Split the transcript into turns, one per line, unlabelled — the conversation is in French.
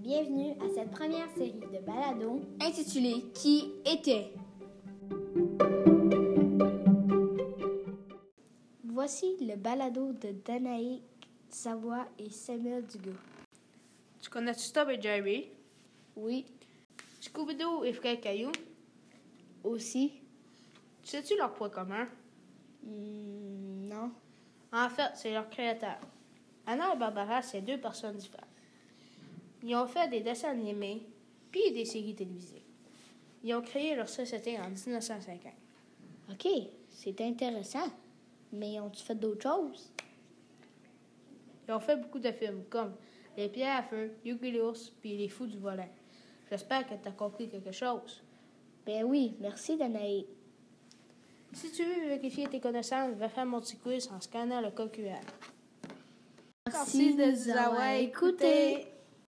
Bienvenue à cette première série de baladons
intitulé Qui était
Voici le balado de Danaï Savoie et Samuel Dugas.
Tu connais-tu Tom et Jerry?
Oui,
Scooby-Doo et Frère Caillou?
aussi
Tu sais-tu leur point commun?
Hmm, Non.
En fait, c'est leur créateur. Anna et Barbara, c'est deux personnes différentes. Ils ont fait des dessins animés, puis des séries télévisées. Ils ont créé leur société en 1950.
OK, c'est intéressant. Mais ont-tu fait d'autres choses?
Ils ont fait beaucoup de films, comme Les pierres à feu, Yugi l'ours, puis Les fous du volant. J'espère que tu as compris quelque chose.
Ben oui, merci Danae.
Si tu veux vérifier tes connaissances, va faire mon petit quiz en scannant le code QR.
Merci de nous avoir écoutés.